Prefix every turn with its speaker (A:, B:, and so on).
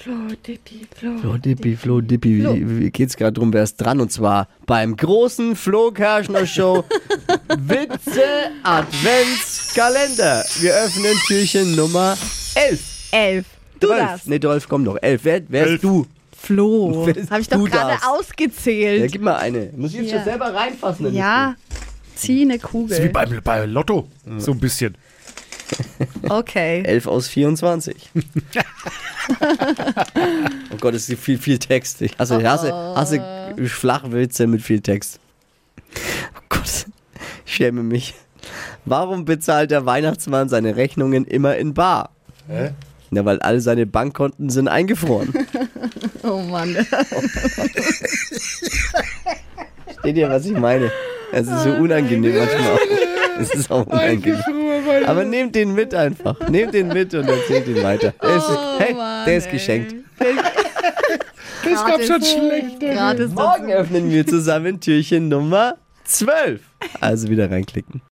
A: Flo, Dippi, Flo.
B: Flo Dippi, Flo Dippi,
A: Flo.
B: wie- wie geht's gerade drum, wer ist dran? Und zwar beim großen Flo Kerschner Show Witze Adventskalender. Wir öffnen Türchen Nummer 11.
A: Elf. Du
B: Dolph.
A: darfst.
B: Nee, Dolph, komm doch. 11. Wer, wer ist du?
A: Flo.
B: Wer ist
A: Habe ich doch
B: du
A: gerade
B: darfst? Ja,
A: ausgezählt.
B: gib mal eine. Muss ich jetzt
A: Ja.
B: schon selber reinfassen? in die
A: Ja, zieh eine
C: Das ist
A: Kugel.
C: wie bei, bei Lotto. So ein bisschen.
A: Okay.
B: 11 aus 24. oh Gott, es gibt viel, viel Text. Ich hasse, ich hasse,
A: Oh.
B: hasse Flachwitze mit viel Text. Oh Gott, ich schäme mich. Warum bezahlt der Weihnachtsmann seine Rechnungen immer in Bar? Na, weil alle seine Bankkonten sind eingefroren.
A: Oh Mann.
B: Seht ihr, was ich meine? Es ist so
A: Ah.
B: unangenehm manchmal. Es ist auch unangenehm. Aber nehmt den mit einfach. Nehmt den mit und erzählt ihn weiter. Der ist, hey,
A: Oh, Mann,
B: der ist
A: ey.
B: geschenkt.
C: Das gab schon schlecht.
A: Gratis
B: Morgen öffnen wir zusammen Türchen Nummer 12. Also wieder reinklicken.